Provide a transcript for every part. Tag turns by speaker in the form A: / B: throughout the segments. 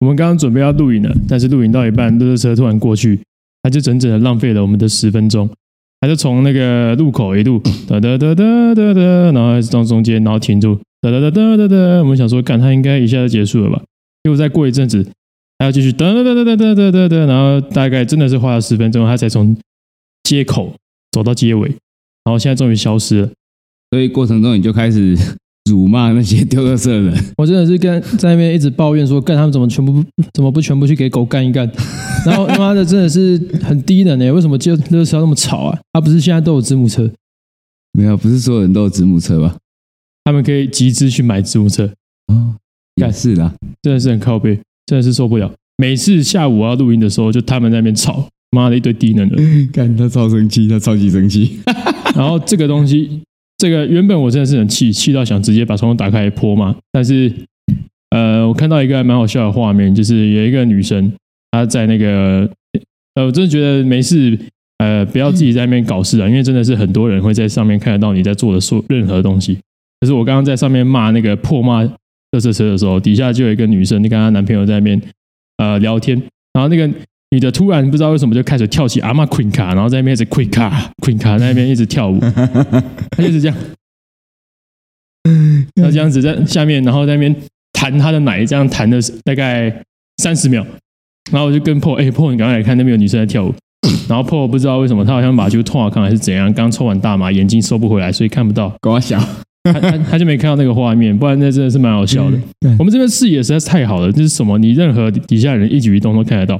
A: 我们刚刚准备要录影了，但是录影到一半，垃圾车突然过去，他就整整的浪费了我们的十分钟。他就从那个路口一路哒哒哒哒哒哒，然后到中间，然后停住，哒哒哒哒哒哒。我们想说，干他应该一下就结束了吧？结果再过一阵子，他要继续哒哒哒哒哒哒哒哒，然后大概真的是花了十分钟，他才从街口走到街尾，然后现在终于消失了。
B: 所以过程中你就开始 辱骂那些丢垃圾的人，
C: 我真的是跟在那边一直抱怨说，干他们怎么全部不怎么不全部去给狗干一干， 然后他妈的真的是很低能哎、
A: 欸
C: 为什么就热车要那么吵啊？他、不是现在都有子母车，
B: 没有，不是所有人都有子母车吧？
A: 他们可以集资去买自行车，
B: 哦，也
A: 干
B: 是啦，
A: 真的是很靠背，真的是受不了。每次下午我要录音的时候，就他们在那边吵，妈的一堆低能儿。
B: 看他超生气，他超级生气，
A: 然后这个东西，这个原本我真的是很气，气到想直接把窗户打开来泼嘛。但是，呃，我看到一个还蛮好笑的画面，就是有一个女生她在那个，呃，我真的觉得没事，呃，不要自己在那边搞事啊，因为真的是很多人会在上面看得到你在做的所任何东西。可是我刚刚在上面骂那个破骂垃圾车的时候，底下就有一个女生跟她男朋友在那边呃聊天，然后那个女的突然不知道为什么就开始跳起阿妈 Queen 卡，然后在那边一直 Queen 卡 Queen 卡，在那边一直跳舞，她就是这样，然后这样子在下面，然后在那边弹她的奶，这样弹了大概三十秒，然后我就跟 p a u 哎、p a u 你赶快来看那边有女生在跳舞。然后 Paul 不知道为什么，他好像马就痛啊，看还是怎样，刚抽完大麻，眼睛收不回来，所以看不到。
B: 搞小，
A: 他他他就没看到那个画面，不然那真的是蛮好笑的。我们这边视野实在是太好了，就是什么你任何底下人一举一动都看得到，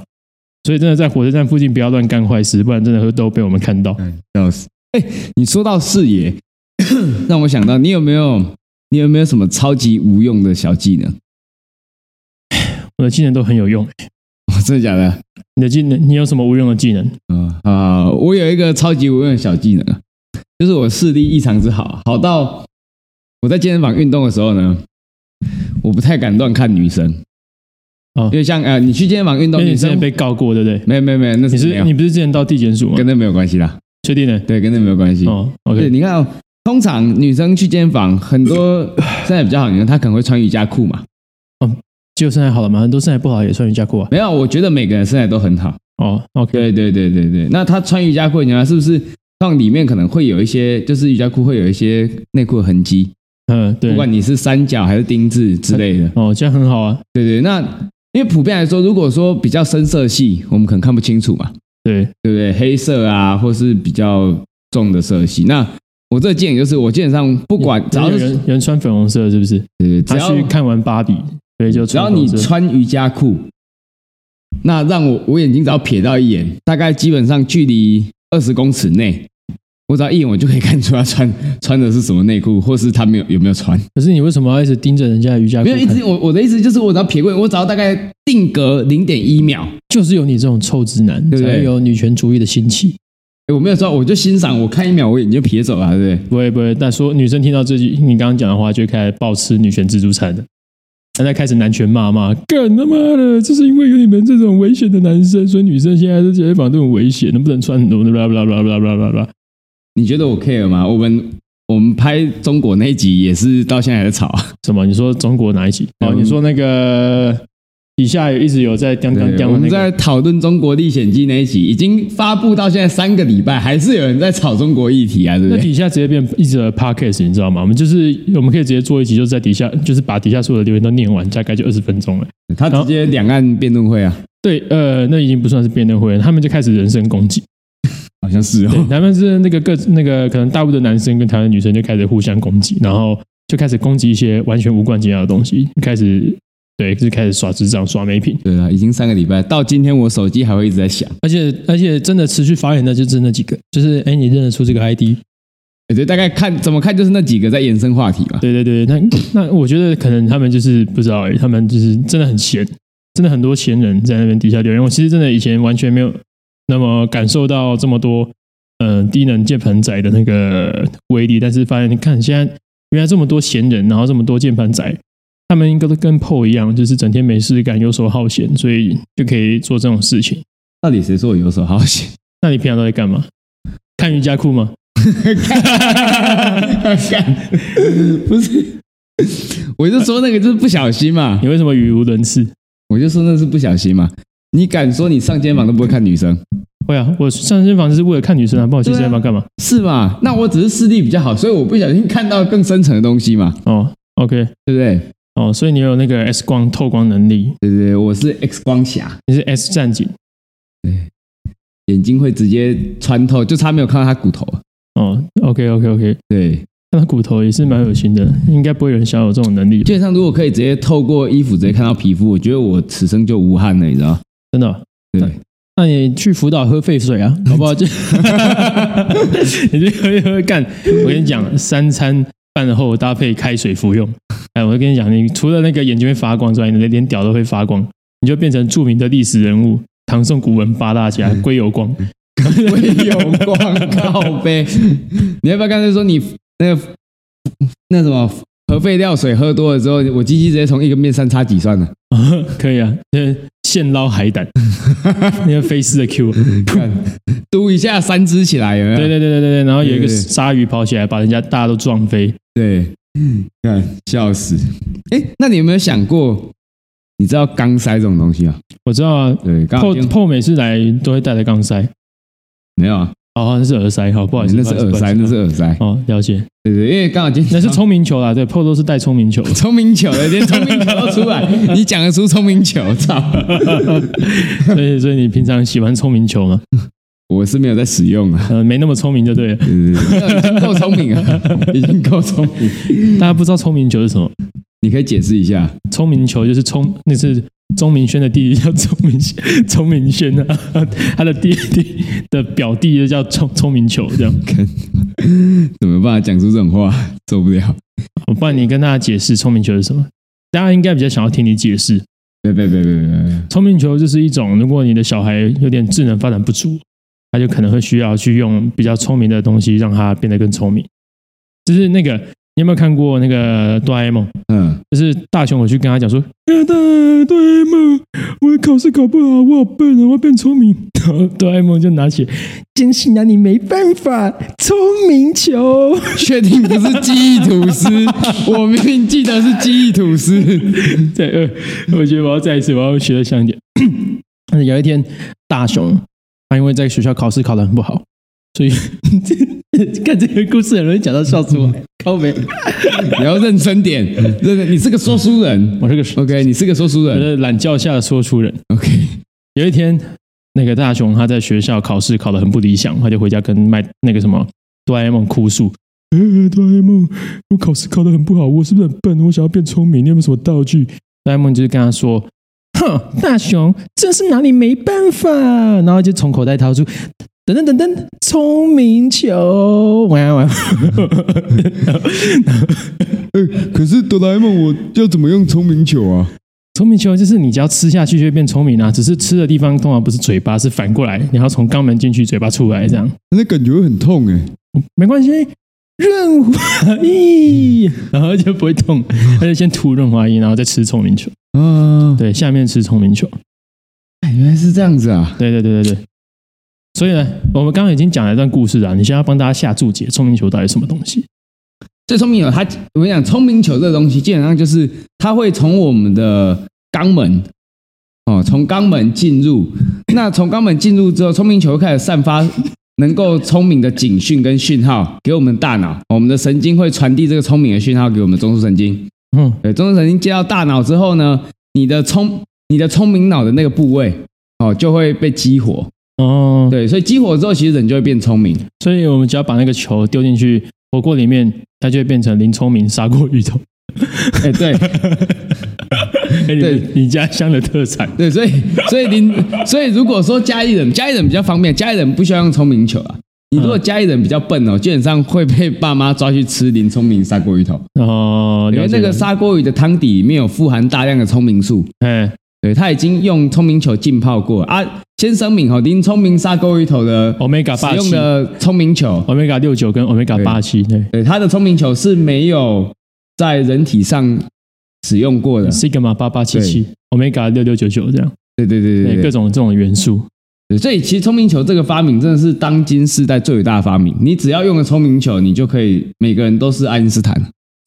A: 所以真的在火车站附近不要乱干坏事，不然真的会都被我们看到。
B: 嗯，笑死。哎、你说到视 野，让我想到，你有没有，你有没有什么超级无用的小技能？
A: 我的技能都很有用，
B: 哦真的假的？
A: 你的技能你有什么无用的技能？
B: 嗯啊、我有一个超级无用的小技能啊，就是我视力异常之好，好到我在健身房运动的时候呢，我不太敢乱看女生，
A: 哦
B: 因为像呃，你去健身房运
A: 因
B: 动，
A: 为你
B: 女
A: 之前
B: 生
A: 被告过，对不对？
B: 没有没有没有，那
A: 你
B: 没
A: 是
B: 有
A: 你不是之前到地检署吗？
B: 跟那没有关系啦，
A: 确定的？
B: 对，跟那没有关系。
A: 哦
B: 对，
A: ，OK，
B: 你看、哦，通常女生去健身房，很多现在比较好的女生，她可能会穿瑜伽裤嘛，
A: 只有身材好了吗？很多身材不好也穿瑜伽裤啊。
B: 没有，我觉得每个人身材都很好。
A: 哦，OK，
B: 对对对对对，那他穿瑜伽裤，你看是不是？放里面可能会有一些，就是瑜伽裤会有一些内裤的痕迹，
A: 嗯，对
B: 不，管你是三角还是丁字之类的。
A: 哦，这样很好啊。
B: 对对，那因为普遍来说，如果说比较深色系，我们可能看不清楚嘛，
A: 对，
B: 对不对？黑色啊，或是比较重的色系。那我这建议就是，我基本上不管只要
A: 有
B: 是
A: 人有人穿粉红色是不是？
B: 对对只
A: 他
B: 要
A: 去看完芭比，所以就
B: 只要
A: 粉红
B: 你
A: 色
B: 穿瑜伽裤，那让我我眼睛只要瞥到一眼，大概基本上距离二十公尺内，我只要一眼我就可以看出他穿 穿的是什么内裤，或是他没有有没有穿。
A: 可是你为什么要一直盯着人家的瑜伽裤
B: 没
A: 看？
B: 有，一直我我的意思就是，我只要瞥过，我只要大概定格零点一秒，
A: 就是有你这种臭直男，
B: 对不对
A: 才会有女权主义的兴起。
B: 诶我没有说，我就欣赏，我看一秒我眼睛就瞥走了，对不对？
A: 不会不会，但说女生听到这句你刚刚讲的话，就会开始暴吃女权自助餐的，她在开始男权骂骂，干他妈的，就是因为有你们这种危险的男生，所以女生现在在健身房都很危险，能不能穿很多的 blah blah blah blah blah blah blah。
B: 你觉得我 care 吗？我们我们拍中国那一集也是到现在还在吵啊。
A: 什么？你说中国哪一集？哦，
B: 嗯
A: 你说那个底下有一直有在叮叮
B: 对
A: 叮
B: 我
A: 的那
B: 们
A: 个
B: 在。讨论《中国历险记》那一集，已经发布到现在三个礼拜，还是有人在炒中国议题啊，对不
A: 那
B: 对？
A: 底下直接变一则 podcast，你知道吗？我们就是我们可以直接做一集，就是在底下，就是把底下所有的留言都念完，大概就二十分钟了。
B: 他直接两岸辩论会啊，
A: 对，呃，那已经不算是辩论会了，他们就开始人身攻击。
B: 好像是
A: 对
B: 哦，。
A: 他们是那个各那个可能大陆的男生跟台湾女生就开始互相攻击，然后就开始攻击一些完全无关紧要的东西，开始对，就开始耍智障、耍没品。
B: 对啊，已经三个礼拜，到今天我手机还会一直在响。
A: 而且而且真的持续发言的就是那几个，就是哎，你认得出这个 ID？
B: 我觉得大概看怎么看就是那几个在延伸话题嘛。
A: 对对对，那那我觉得可能他们就是不知道、欸，他们就是真的很闲，真的很多闲人在那边底下留言。我其实真的以前完全没有那么感受到这么多嗯、呃低能键盘仔的那个威力，但是发现你看现在原来这么多闲人，然后这么多键盘仔，他们应该都跟 PO 一样，就是整天没事干，游手好闲，所以就可以做这种事情。
B: 到底谁说我游手好 闲？
A: 那你平常都在干嘛？看瑜伽裤吗？
B: 干不是，我就说那个就是不小心嘛。
A: 你为什么语无伦次？
B: 我就说那是不小心嘛。你敢说你上肩膀都不会看女生
A: 会啊，我上健身房是为了看女生啊，不好去
B: 对啊
A: 健身房干嘛？
B: 是吧？那我只是视力比较好，所以我不小心看到更深层的东西嘛，
A: 哦，OK，
B: 对不对？
A: 哦，所以你有那个 X 光透光能力，
B: 对对对，我是 X 光侠，
A: 你是 S 战警
B: 眼睛会直接穿透，就差没有看到他骨头。
A: 哦，OK OK OK，
B: 对，
A: 看到骨头也是蛮恶心的，应该不会有人想有这种能力吧，
B: 基本上如果可以直接透过衣服直接看到皮肤，我觉得我此生就无憾了，你知道？
A: 真的哦。
B: 对，
C: 那你去福岛喝沸水啊，好不好？就
A: 你就会会干。我跟你讲，三餐饭后搭配开水服用。哎，我跟你讲，你除了那个眼睛会发光之外，你连连屌都会发光，你就变成著名的历史人物，唐宋古文八大
C: 嗯
A: 家归有光。
B: 我有光靠背， 你要不要干脆说你那个那什么核废料水喝多了之后，我鸡鸡直接从一个面三叉戟算了，
A: 可以啊，那现捞 海胆，那个飞丝的 Q，
B: 看嘟一下三只起来有没有？
A: 对对对对对对，然后有一个
B: 嗯对对对
A: 鲨鱼跑起来，把人家大家都撞飞。
B: 对，
A: 嗯
B: 看笑死。哎，那你有没有想过，你知道钢塞这种东西啊？
A: 我知道啊，
B: 对，刚好
A: 破
B: 今天
A: 破每次来都会带着钢塞，
B: 没有啊？
A: 哦，那是耳塞，好，不好意思，
B: 哦那是
A: 不好意
B: 耳
A: 思
B: 塞，那是。耳塞
A: 不。好意思哦，了解，
B: 对对，因为刚好今天
A: 那是聪明
B: 啊
A: 球啦，对，破都是带聪明 球。
B: 聪明球了，连聪明球都出来， 你讲得出聪明球？操！
A: 所以，所以你平常喜欢聪明球吗？
B: 我是没有在使用啊。
A: 呃，没那么聪明就对了。
B: 对对对够聪明啊， 已经够聪明。
A: 大家不知道聪明球是什么？
B: 你可以解释一下，
A: 聪明球就是聪，那是钟明轩的弟弟叫钟明轩， 钟明轩啊，他的弟弟的表弟就叫聪聪明球这样。
B: 怎么办法讲出这种话？受不了！
A: 我哦不然你跟大家解释聪明球是什么？大家应该比较想要听你解释。
B: 别别别别别别！
A: 聪明球就是一种，如果你的小孩有点智能发展不足，他就可能会需要去用比较聪明的东西让他变得更聪明。就是那个，你有没有看过那个哆啦 A 梦？
B: 嗯，
A: 就是大雄，我去跟他讲说，呃大哆啦 A 梦，我考试考不好，我好笨啊，我要变聪明。 然后哆啦 A 梦就拿起，真是拿你没办法，聪明球。
B: 确定不是记忆吐司？我明明记得是记忆吐司。
A: 再呃，我觉得我要再一次，我要学的像一 点。
C: 但是有一天，大雄他因为在学校考试考得很不好，所以 看这个故事很容易讲到笑出
A: 嗯
C: 来。靠北，
B: 你要认真点，认真。你是个说书人
A: 我是个
B: ，OK？你是个说书
A: 我
B: 人
A: 是懒觉下的说书人。
B: ，OK？
A: 有一天，那个大雄他在学校考试考得很不理想，他就回家跟麦那个什么哆啦 A 梦哭诉。呃，哆啦 A 梦，我考试考得很不好，我是不是很笨？我想要变聪明，你有没有什么道具？哆啦 A 梦就是跟他说：“哼，大雄，真是拿你没办法。”然后就从口袋掏出
C: 噔噔噔噔，聪明球，玩玩玩，
B: 哎可是哆啦 A 梦，我要怎么用聪明球啊？
A: 聪明球，就是你只要吃下去就会变聪明啊，只是吃的地方通常不是嘴巴，是反过来，你要从肛门进去，嘴巴出来这样。
B: 那感觉会很痛哎、
A: 没关系，润滑液，
B: 嗯
A: 然后就不会痛，他就先涂润滑液，然后再吃聪明球。
B: 啊，哎
A: 对，下面吃聪明球。
B: 原来是这样子啊！
A: 对对对对对。所以呢，我们刚刚已经讲了一段故事啊，你现在要帮大家下注解聪明球到底是什么东西。
B: 最聪明球，它我跟你讲，聪明球这个东西，基本上就是它会从我们的肛门，哦，从肛门进入。那从肛门进入之后，聪明球会开始散发能够聪明的警讯跟讯号给我们大脑，我们的神经会传递这个聪明的讯号给我们中枢神经。
A: 嗯，
B: 对，中枢神经接到大脑之后呢，你的聪你的聪明脑的那个部位，哦，就会被激活。
A: 哦，
B: 对，所以激活之后，其实人就会变聪明。
A: 所以我们只要把那个球丢进去火锅里面，它就会变成林聪明砂锅鱼 头。
B: 哎，对。
A: 哎，你
B: 对
A: 你家乡的特产。
B: 对，所以所以您所以如果说家里人，家里人比较方便，家里人不需要用聪明球啊。你如
A: 嗯
B: 果家里人比较笨哦，基本上会被爸妈抓去吃林聪明砂锅鱼头，
A: 哦，
B: 因
A: 了
B: 为
A: 解
B: 那个
A: 了解
B: 砂锅鱼的汤底里面有富含大量的聪明素。
A: 哎，
B: 对，他已经用聪明球浸泡过啊。先声明哦，林聪明砂锅鱼头的
A: Omega
B: 使
A: 八
B: 用
A: 七
B: 的聪明球，
A: ，Omega 六九跟 Omega 八七，对
B: 对，它的聪明球是没有在人体上使用过的。
A: ，Sigma 八八七七，Omega 六六九九这样，
B: 对对对对
A: 对
B: 对，
A: 各种这种元素。
B: 对所以其实聪明球这个发明真的是当今世代最伟大的发明。你只要用了聪明球，你就可以每个人都是爱因斯坦。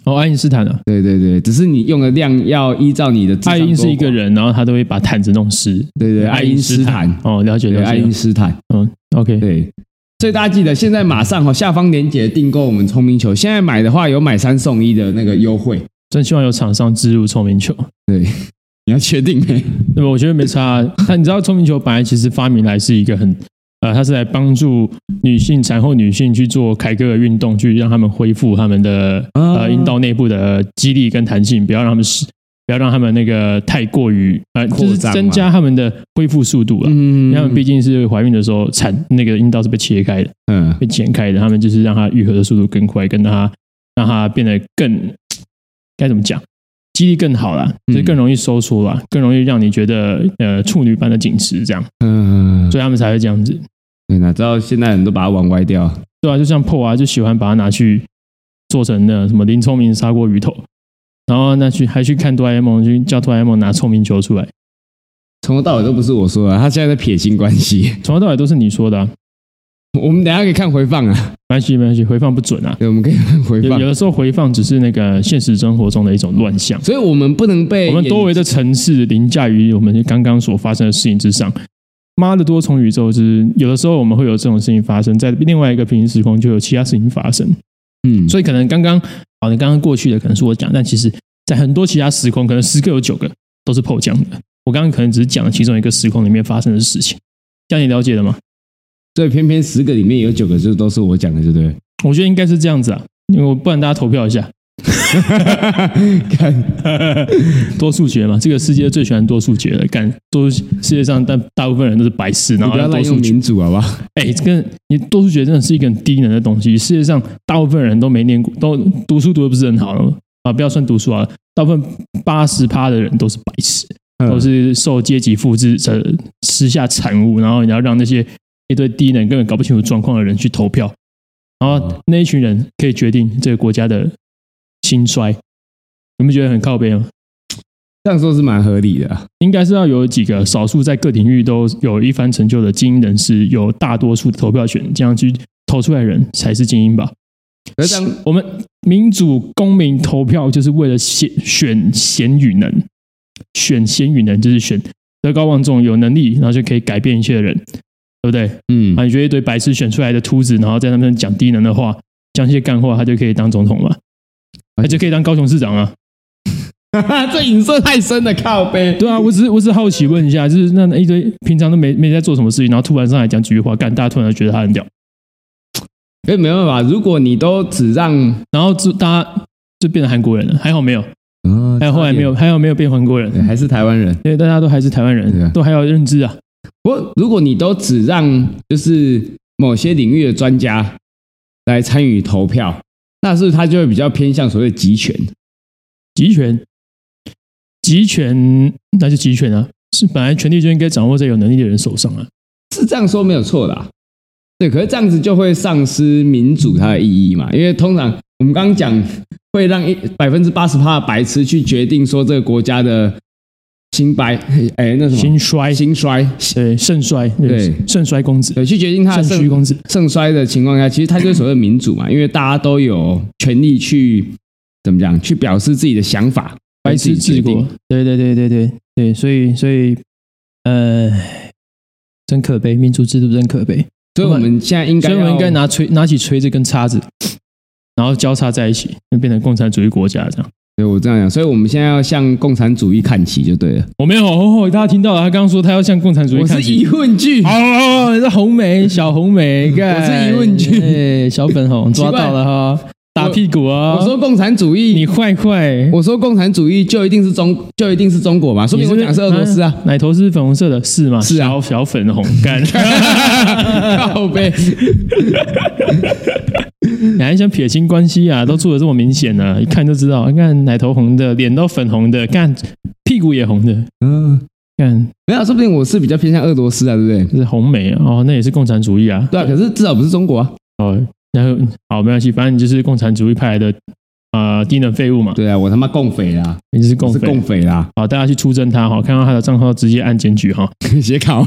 C: 哦，爱因斯坦啊，
B: 对对对，只是你用的量要依照你的智商
A: 爱因是
B: 多
A: 一个
B: 寡，
A: 人，然后他都会把毯子弄湿。
B: 对对，爱因斯坦，
A: 哦，了解
B: 对
A: 了
B: 爱
A: 解
B: 因。斯坦，
A: 嗯，OK，
B: 对。所以大家记得，现在马上哈、哦，下方链接订购我们聪明球。现在买的话有买三送一的那个优惠。
A: 真希望有厂商植入聪明球。
B: 对，你要确定 没？
A: 那么我觉得没差啊，但你知道聪明球本来其实发明来是一个很，呃，它是来帮助女性产后女性去做凯格尔运动，去让她们恢复她们的
B: 啊
A: 呃阴道内部的肌力跟弹性，不要让她们失，不要让她们那个太过于呃，
B: 扩
A: 就是
B: 张嘛
A: 增加她们的恢复速度了。啊因
B: 嗯
A: 为她们毕竟是怀孕的时候产那个阴道是被切开的，
B: 嗯
A: 被剪开的，她们就是让它愈合的速度更快，跟让它让它变得更该怎么
B: 嗯
A: 讲，肌力更好啦，就是更容易收缩啦，更容易让你觉得呃处女般的紧实这样，
B: 嗯，
A: 所以他们才会这样子，
B: 对，哪知道现在人都把它玩歪掉。
A: 对啊，就像破啊，就喜欢把它拿去做成那什么林聪明砂锅鱼头，然后那去还去看哆啦 A 梦，去叫哆啦 A 梦拿聪明球出来，
B: 从头到尾都不是我说的，他现在在撇清关系。
A: 从头到尾都是你说的、啊，
B: 我们等一下可以看回放啊，
A: 没关系没关系，回放不准啊，
B: 对，我们可以看回
A: 有
B: 放
A: 有。的时候回放只是那个现实生活中的一种乱象。
B: 所以我们不能被
A: 我们多维的城市凌驾于我们刚刚所发生的事情之上。妈的多重宇宙之，有的时候我们会有这种事情发生，在另外一个平行时空就有其他事情发生。
B: 嗯，
A: 所以可能刚刚好，你刚刚过去的可能是我讲，但其实在很多其他时空，可能十个有九个都是破讲的。我刚刚可能只是讲了其中一个时空里面发生的事情，这样你了解了吗？
B: 所以偏偏十个里面有九个就都是我讲的，对不对？
A: 我觉得应该是这样子啊，因为我不然大家投票一下，
B: 看，
A: 多数决嘛，这个世界最喜欢多数决了，干多世界上但大部分人都是白痴，
B: 你
A: 然后
B: 不要
A: 多
B: 滥
A: 数
B: 用
A: 决。
B: 民主好不好？
A: 哎、这个你多数学真的是一个很低能的东西。世界上大部分人都没念过，都读书读的不是很好了啊，不要算读书啊，大部分八十趴的人都是白痴，
B: 嗯
A: 都是受阶级复制者私下产物，然后你要让那些一堆低能根本搞不清楚状况的人去投票，然后那一群人可以决定这个国家的兴衰。你们觉得很靠背吗？
B: 这样说是蛮合理的啊。
A: 应该是要有几个少数在各领域都有一番成就的精英人士，有大多数的投票权，这样去投出来的人才是精英吧？
B: 可是这样，
A: 我们民主公民投票就是为了选选贤与能，选贤与能就是选德高望重、有能力，然后就可以改变一切的人，对不对？
B: 嗯
A: 啊，，你觉得一堆白痴选出来的秃子，然后在那边讲低能的话，讲一些干话，他就可以当总统了，他就可以当高雄市长啊？
B: 这影射太深了，靠背。
A: 对啊，我只是我只是好
B: 嗯
A: 奇问一下，就是那一堆平常都没没在做什么事情，然后突然上来讲几句话，干大家突然觉得他很屌，
B: 因为没办法，如果你都只让
A: 然后就大家就变成韩国人了，还好没有，
B: 啊
A: 还有后来没有，，还好没有变韩国人，
B: 对还是台湾人。
A: 因为大家都还是台湾
B: 对啊
A: 人，都还有认知啊，
B: 不过，如果你都只让就是某些领域的专家来参与投票，那是不是他就会比较偏向所谓的集权？
A: 集权，集权那就集权啊，是本来权力就应该掌握在有能力的人手上啊，
B: 是这样说没有错啦。对，可是这样子就会丧失民主它的意义嘛，因为通常我们刚刚讲会让一百分之八十趴的白痴去决定说这个国家的兴白，哎，那什么
A: 兴衰，
B: 兴衰，
A: 对盛衰，
B: 对
A: 盛衰公子，
B: 对，去决定它的
A: 盛
B: 盛
A: 虚公子，
B: 盛衰的情况下，其实它就是所谓的民主嘛，因为大家都有权利去怎么讲，去表示自己的想法，
A: 白痴
B: 自己
A: 治
B: 决定
A: 国，
C: 对对对对对对，所以所以呃，真可悲，民主制度真可悲，
B: 所以我们现在应该
A: 所
B: 要，
A: 以我们应该拿锤拿起锤子跟叉子，然后交叉在一起，就变成共产主义国家这样。
B: 对我这样讲，所以我们现在要向共产主义看齐就对了。
A: 我没有，哦，大家听到了，他刚刚说他要向共产主义
B: 我
A: 看
B: 是
A: 齐。
B: 疑问句，
C: 哦，是红梅，小红梅，干
B: 我是疑问句
C: 哎，小粉红
B: 奇
C: 抓
B: 怪
C: 到了哈，
A: 打屁股啊！
B: 我说共产主义
A: 你，坏坏，
B: 我说共产主义就一定是中，就一定是中国嘛？说
A: 你
B: 明我讲的是俄罗斯啊，
A: 奶头是粉红色的，是吗？
B: 是啊
A: 小小粉红 干，
B: 靠背。
A: 你还想撇清关系啊？都做的这么明显
B: 嗯
A: 了，一看就知道。哎看奶头红的，脸都粉红的，看屁股也红的，
B: 嗯，
A: 看
B: 没有，说不定我是比较偏向俄罗斯啊，对不对？
A: 这是红梅啊哦，那也是共产主义啊。
B: 对啊，可是至少不是中国啊。
A: 哦，然后好，没关系，反正你就是共产主义派来的呃低能废物嘛，
B: 对啊，我他妈共匪啦，
A: 你就是
B: 我
A: 共
B: 是
A: 匪
B: 共。匪啦，
A: 好，大家去出征他哈，看到他的账号直接按检举哈。
B: 写考。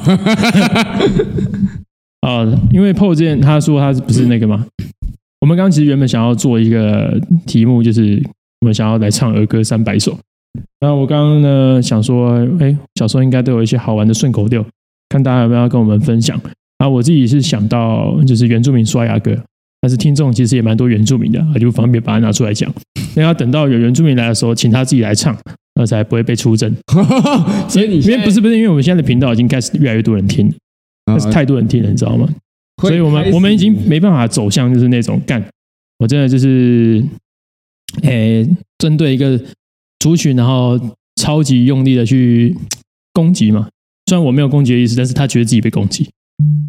A: 啊、因为 PO 之前他说他不是那个嘛，我们刚刚其实原本想要做一个题目，就是我们想要来唱儿歌三百首。那我刚刚呢想说，哎，小时候应该都有一些好玩的顺口溜，看大家有没有要跟我们分享。啊，我自己是想到就是原住民刷牙歌，但是听众其实也蛮多原住民的，啊就不方便把它拿出来讲。那要等到有原住民来的时候，请他自己来唱，那才不会被出征。
B: 所以你
A: 因
B: 现
A: 为
B: 在
A: 不是不是，因为我们现在的频道已经开始越来越多人听了，但是太多人听了，你知道吗？
B: 会
A: 所以我
B: 开
A: 们
B: 始
A: 我们已经没办法走向就是那种干，我真的就是，诶、针对一个族群，然后超级用力的去攻击嘛。虽然我没有攻击的意思，但是他觉得自己被攻击，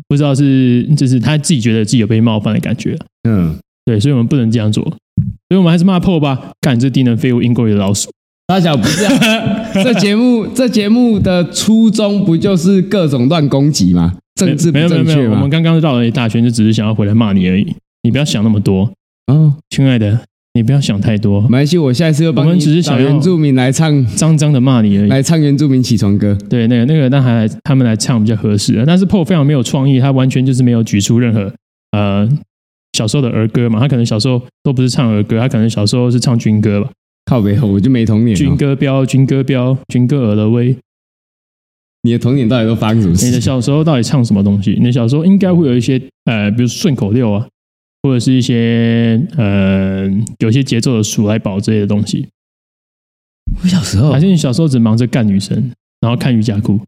A: 不知道是就是他自己觉得自己有被冒犯的感觉。
B: 嗯，
A: 对，所以我们不能这样做，所以我们还是骂破吧。干，这低能废物，英国里的老鼠。
B: 大小不是啊、 这节目这节目的初衷不就是各种乱攻击吗？政治不
A: 没有没有
B: 正
A: 没
B: 确
A: 有，我
B: 吗
A: 们？刚刚绕了一大圈，就只是想要回来骂你而已。你不要想那么多，
B: 哦，
A: 亲爱的，你不要想太多，
B: 没关系，我下一次又帮
A: 我们
B: 你
A: 只是
B: 找
A: 想要哎
B: 原住民来唱
A: 脏脏的骂你而已。
B: 来唱原住民起床歌。
A: 对，那个那个，那还他们来唱比较合适。但是 PO 非常没有创意，他完全就是没有举出任何呃小时候的儿歌嘛，他可能小时候都不是唱儿歌，他可能小时候是唱军歌吧，
B: 靠背后我就没童年、
A: 军
B: 哦，
A: 歌标、军歌标、军歌儿的威。
B: 你的童年到底都发生什么
A: 你的
B: 事？
A: 小时候到底唱什么东西？你的小时候应该会有一些呃，比如顺口溜啊，或者是一些呃有一些节奏的数来宝之类的东西，
B: 我小时候
A: 还是你小时候只忙着干女生，然后看瑜伽裤？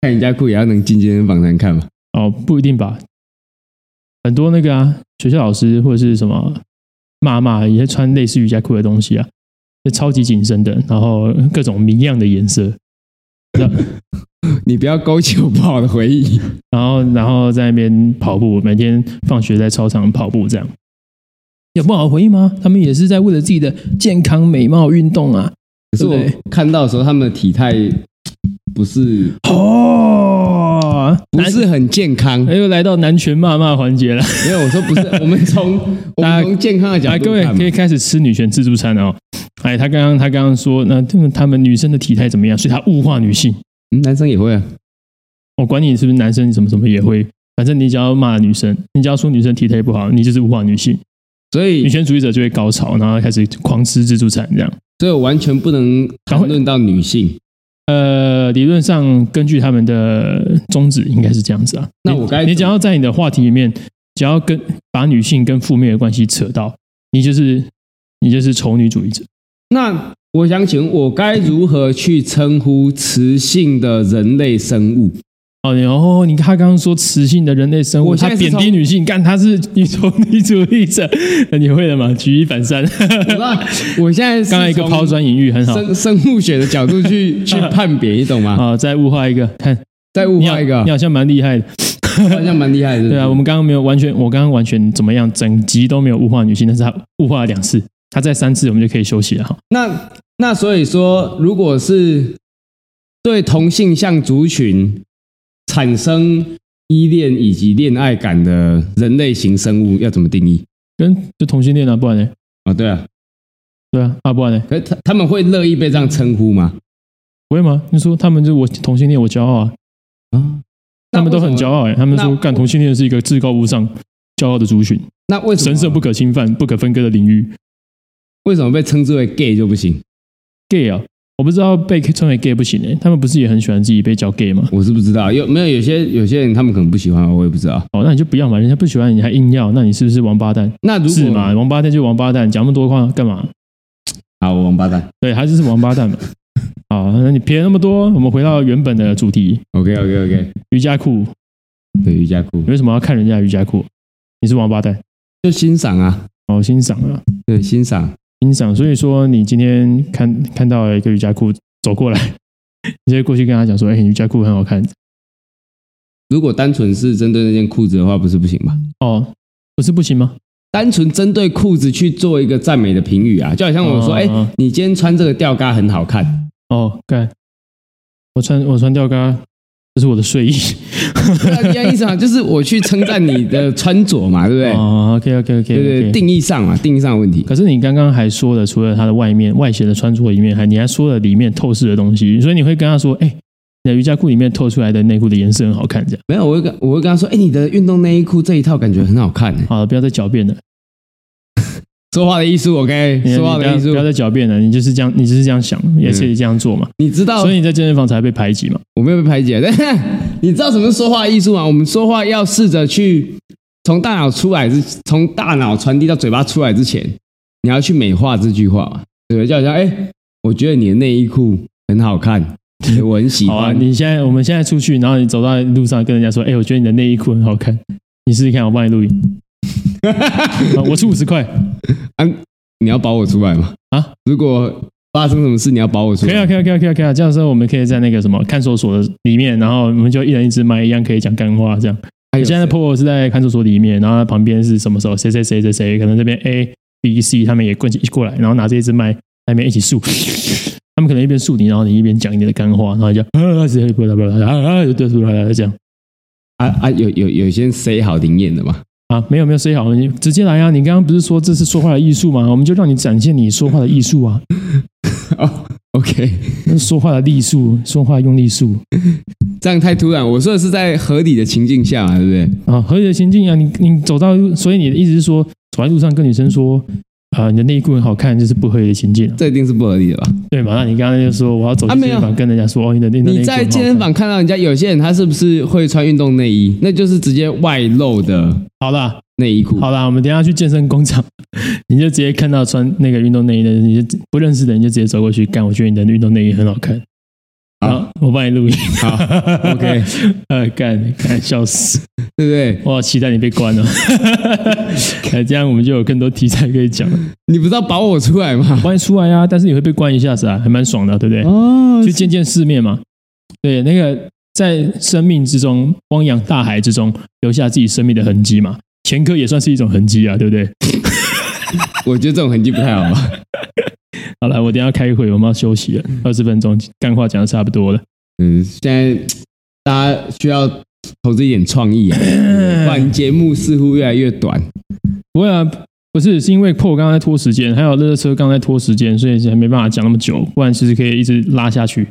B: 看人家酷也要能进今天访谈看嘛？
A: 哦，不一定吧。很多那个啊，学校老师或者是什么骂骂也穿类似瑜伽裤的东西啊，就超级紧身的，然后各种明亮的颜色，
B: 你不要勾起我不好的回忆。
A: 然后然后在那边跑步，每天放学在操场跑步这样。
C: 有不好的回忆吗？他们也是在为了自己的健康、美貌、运动啊。
B: 可是我
C: 对
B: 看到的时候，他们的体态不是
C: 哦，
B: 不是很健康。
A: 哎，又来到男权骂骂环节了，
B: 没有，我 说不是，我们从我
A: 大家
B: 们从健康的角
A: 来，
B: 度
A: 哎各位
B: 看嘛
A: 可以开始吃女权自助餐了哦。哎，他刚刚他刚刚说，那他们他们女生的体态怎么样？所以他物化女性。
B: 嗯男生也会啊，
A: 我管你是不是男生，什么什么也会，反正你只要骂女生，你只要说女生体态不好，你就是物化女性，
B: 所
A: 女
B: 以
A: 权主义者就会高潮，然后开始狂吃自助餐这样。
B: 所以我完全不能
A: 然后
B: 谈论到女性。
A: 呃，理论上根据他们的宗旨应该是这样子啊。
B: 那我
A: 你
B: 该怎么
A: 你只要在你的话题里面，只要跟把女性跟负面的关系扯到，你就是你就是丑女主义者。
B: 那我想请问，我该如何去称呼雌性的人类生 物？
A: 哦，然后你他刚刚说雌性的人类生物，
B: 我现
A: 他
B: 在是
A: 贬低
B: 从
A: 女性，干他是女丑女主义者， 你会了吗？举一反三，
B: 我那我现在是
A: 刚才一个
B: 从
A: 抛砖引玉，很好。
B: 生生物学的角度去去判别，你懂吗？
A: 啊、再物化一个，看
B: 再物
A: 你
B: 化一个
A: 好你，好像蛮厉害的。
B: 好像蛮厉害的。
A: 对啊，我们刚刚没有完全，我刚刚完全怎么样，整集都没有物化女性，但是她物化了两次，她再三次我们就可以休息了哈。
B: 那那所以说，如果是对同性向族群产生依恋以及恋爱感的人类型生物，要怎么定义
A: 跟就同性恋啊，不然呢？
B: 啊、对啊，
A: 对啊，啊不然呢？
B: 可是他他们会乐意被这样称呼吗？
A: 不会吗？你说他们就我同性恋，我骄傲啊，
B: 啊，
A: 他们都很骄
B: 傲。
A: 傲哎、他们
B: 那
A: 说
B: 我
A: 干同性恋是一个至高无上、骄傲的族群，
B: 那为什么
A: 神圣不可侵犯、不可分割的领域。
B: 为什么被称之为 gay 就不行？
A: gay 啊，我不知道被称为 gay 不行哎、他们不是也很喜欢自己被叫 gay 吗？
B: 我是不知道，有没有有些有些人他们可能不喜欢，我也不知道。
A: 哦，那你就不要嘛，人家不喜欢你还硬要，那你是不是王八蛋？
B: 那如果
A: 是嘛？王八蛋就王八蛋，讲那么多话干嘛？
B: 好，我王八蛋。
A: 对，他就是王八 蛋嘛。好，那你撇那么多，我们回到原本的主题，
B: OK OK OK，
A: 瑜伽裤。
B: 对瑜伽裤
A: 你为什么要看人家瑜伽裤？你是王八蛋，
B: 就欣赏啊，
A: 好欣赏啊，
B: 对欣赏。
A: 欣赏。所以说，你今天看看到了一个瑜伽裤走过来，你就过去跟他讲说：“哎、你瑜伽裤很好看
B: 如果单纯是针对那件裤子的话，不是不行吧？
A: 哦，不是不行吗
B: 单纯针对裤子去做一个赞美的评语啊，就好像我说，
A: 嗯
B: 哎、
A: 嗯嗯
B: 你今天穿这个吊嘎很好看，？”
A: 哦，干，我穿我穿吊嘎，这是我的睡衣。
B: 那一样意思嘛，就是我去称赞你的穿着嘛，对不对？
A: 哦，OK OK OK，
B: 对对对，定义上嘛，定义上的问题。
A: 可是你刚刚还说了，除了它的外面外显的穿着里面，还你还说了里面透视的东西，所以你会跟他说：“哎、你的瑜伽裤里面透出来的内裤的颜色很好看。”这样
B: 没有，我会跟我会跟他说，哎、你的运动内衣裤这一套感觉很好看、欸，
A: 好了，不要再狡辩了。
B: 说话的艺术，OK，
A: 你
B: 说话
A: 你不
B: 的
A: 要
B: 艺术嗯
A: 不要。再狡辩了，你就是这样，你就是这样想，也是这样做嘛。
B: 你知道
A: 所以你在健身房才会被排挤嘛？
B: 我没有被排解，但 你知道什么是说话艺术吗？我们说话要试着去从大脑出来之，从大脑传递到嘴巴出来之前，你要去美化这句话嘛，对不对？就好像哎、我觉得你的内衣裤很好看，我很喜
A: 好啊，
B: 欢。
A: 你现在我们现在出去，然后你走到路上跟人家说：“哎、我觉得你的内衣裤很好看，你试试看，我帮你录 影。啊我出五十块，
B: 啊，你要保我出来吗？
A: 啊，
B: 如果发生什么事，你要保我出
A: 可以
B: 来。
A: 啊，可以啊，可以啊，可以啊，可以啊。这样的时候，我们可以在那个什么看守所的里面，然后我们就一人一支麦，一样可以讲干话这样。
B: 还有
A: 现在
B: 谁
A: PO 是在看守所里面，然后他旁边是什么时候谁谁谁谁谁，可能这边 A、B、C 他们也过起过来，然后拿着一支麦在那边一起诉，他们可能一边诉你，然后你一边讲你的干话，然后你就啊，谁不啦不啦啊啊，对不啦这样
B: 啊啊，有有有些人塞好灵验的嘛？
A: 啊，没有没有 say 好，你直接来啊！你刚刚不是说这是说话的艺术吗？我们就让你展现你说话的艺术啊，
B: 哦，OK，
A: 那是说话的力术，说话用力术
B: 这样太突然。我说的是在合理的情境下嘛，对不对？
A: 啊，合理的情境啊，你你走到，所以你的意思是说，走在路上跟女生说。啊、你的内裤很好看，就是不合理的情境啊。
B: 这一定是不合理的吧？
A: 对嘛？那你刚刚就说我要走
B: 嗯啊
A: 去健
B: 没有
A: 身房，跟人家说哦，你的那那
B: 你在健身房看到人家有些人，他是不是会穿运动内衣？那就是直接外露的
A: 好啦
B: 内衣裤。
A: 好啦，我们等一下去健身工厂， 你就直接看到穿那个运动内衣的，你就不认识的人就直接走过去干。我觉得你的运动内衣很好看，
B: 好
A: 好，我帮你录音。
B: 好，OK，
A: 呃，干干笑死，
B: 对不对？
A: 我好期待你被关 了。哎这样我们就有更多题材可以讲了。
B: 你不知道保我出来吗？
A: 关出来呀、啊，但是你会被关一下子啊，还蛮爽的啊，对不对？
B: 哦
A: 去见见世面嘛。对，那个在生命之中，汪洋大海之中留下自己生命的痕迹嘛，前科也算是一种痕迹啊，对不对？
B: 我觉得这种痕迹不太好吧？
A: 好了，我等一下开会，我们要休息了，二十分钟，干话讲的差不多了。
B: 嗯，现在大家需要投资一点创 意啊，不然节目似乎越来越短。
A: 不会啊，不是，是因为破刚刚在拖时间，还有乐乐车刚刚在拖时间，所以才没办法讲那么久，不然其实可以一直拉下去。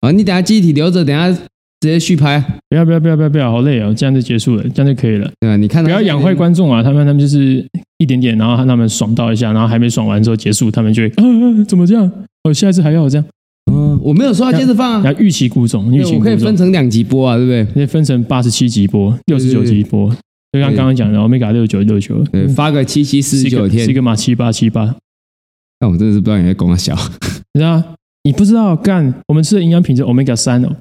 B: 啊，你等下记忆体留着，等下直接续拍，
A: 不要不要不要不要不要，好累哦，这样就结束了，这样就可以了。
B: 对吧？你看
A: 不
B: 他
A: 要养坏观众啊！他们他们就是一点点，然后他们爽到一下，然后还没爽完之后结束，他们就会啊怎么这样？我下一次还要这样，
B: 哦，我没有说要接着放啊，
A: 然后欲擒故纵，欲
B: 对
A: 擒
B: 我
A: 故
B: 可以
A: 纵
B: 分，成两集播啊，对不对？
A: 可以分成八十七集播、六十九
B: 对对
A: 集播，就像刚刚讲的，omega 六九六九，
B: 对，发个七七四十九天
A: 西，格玛七八七八，
B: 但我真的是不知道你在讲啥小。
A: 你知道？你不知道干？我们吃的营养品是 omega 三哦，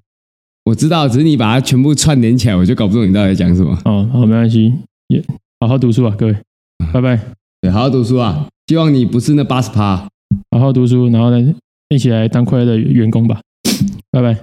B: 我知道，只是你把它全部串联起来，我就搞不懂你到底在讲什么。
A: 哦，好，没关系，也好好读书啊，各位，拜拜，
B: 对，好好读书啊！希望你不是那八十趴。
A: 好好读书，然后呢，一起来当快乐的员工吧，拜拜。